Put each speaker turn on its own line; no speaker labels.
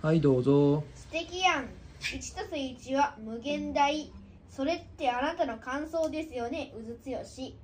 はいどうぞ
素敵やん1たす1は無限大それってあなたの感想ですよねうずつよし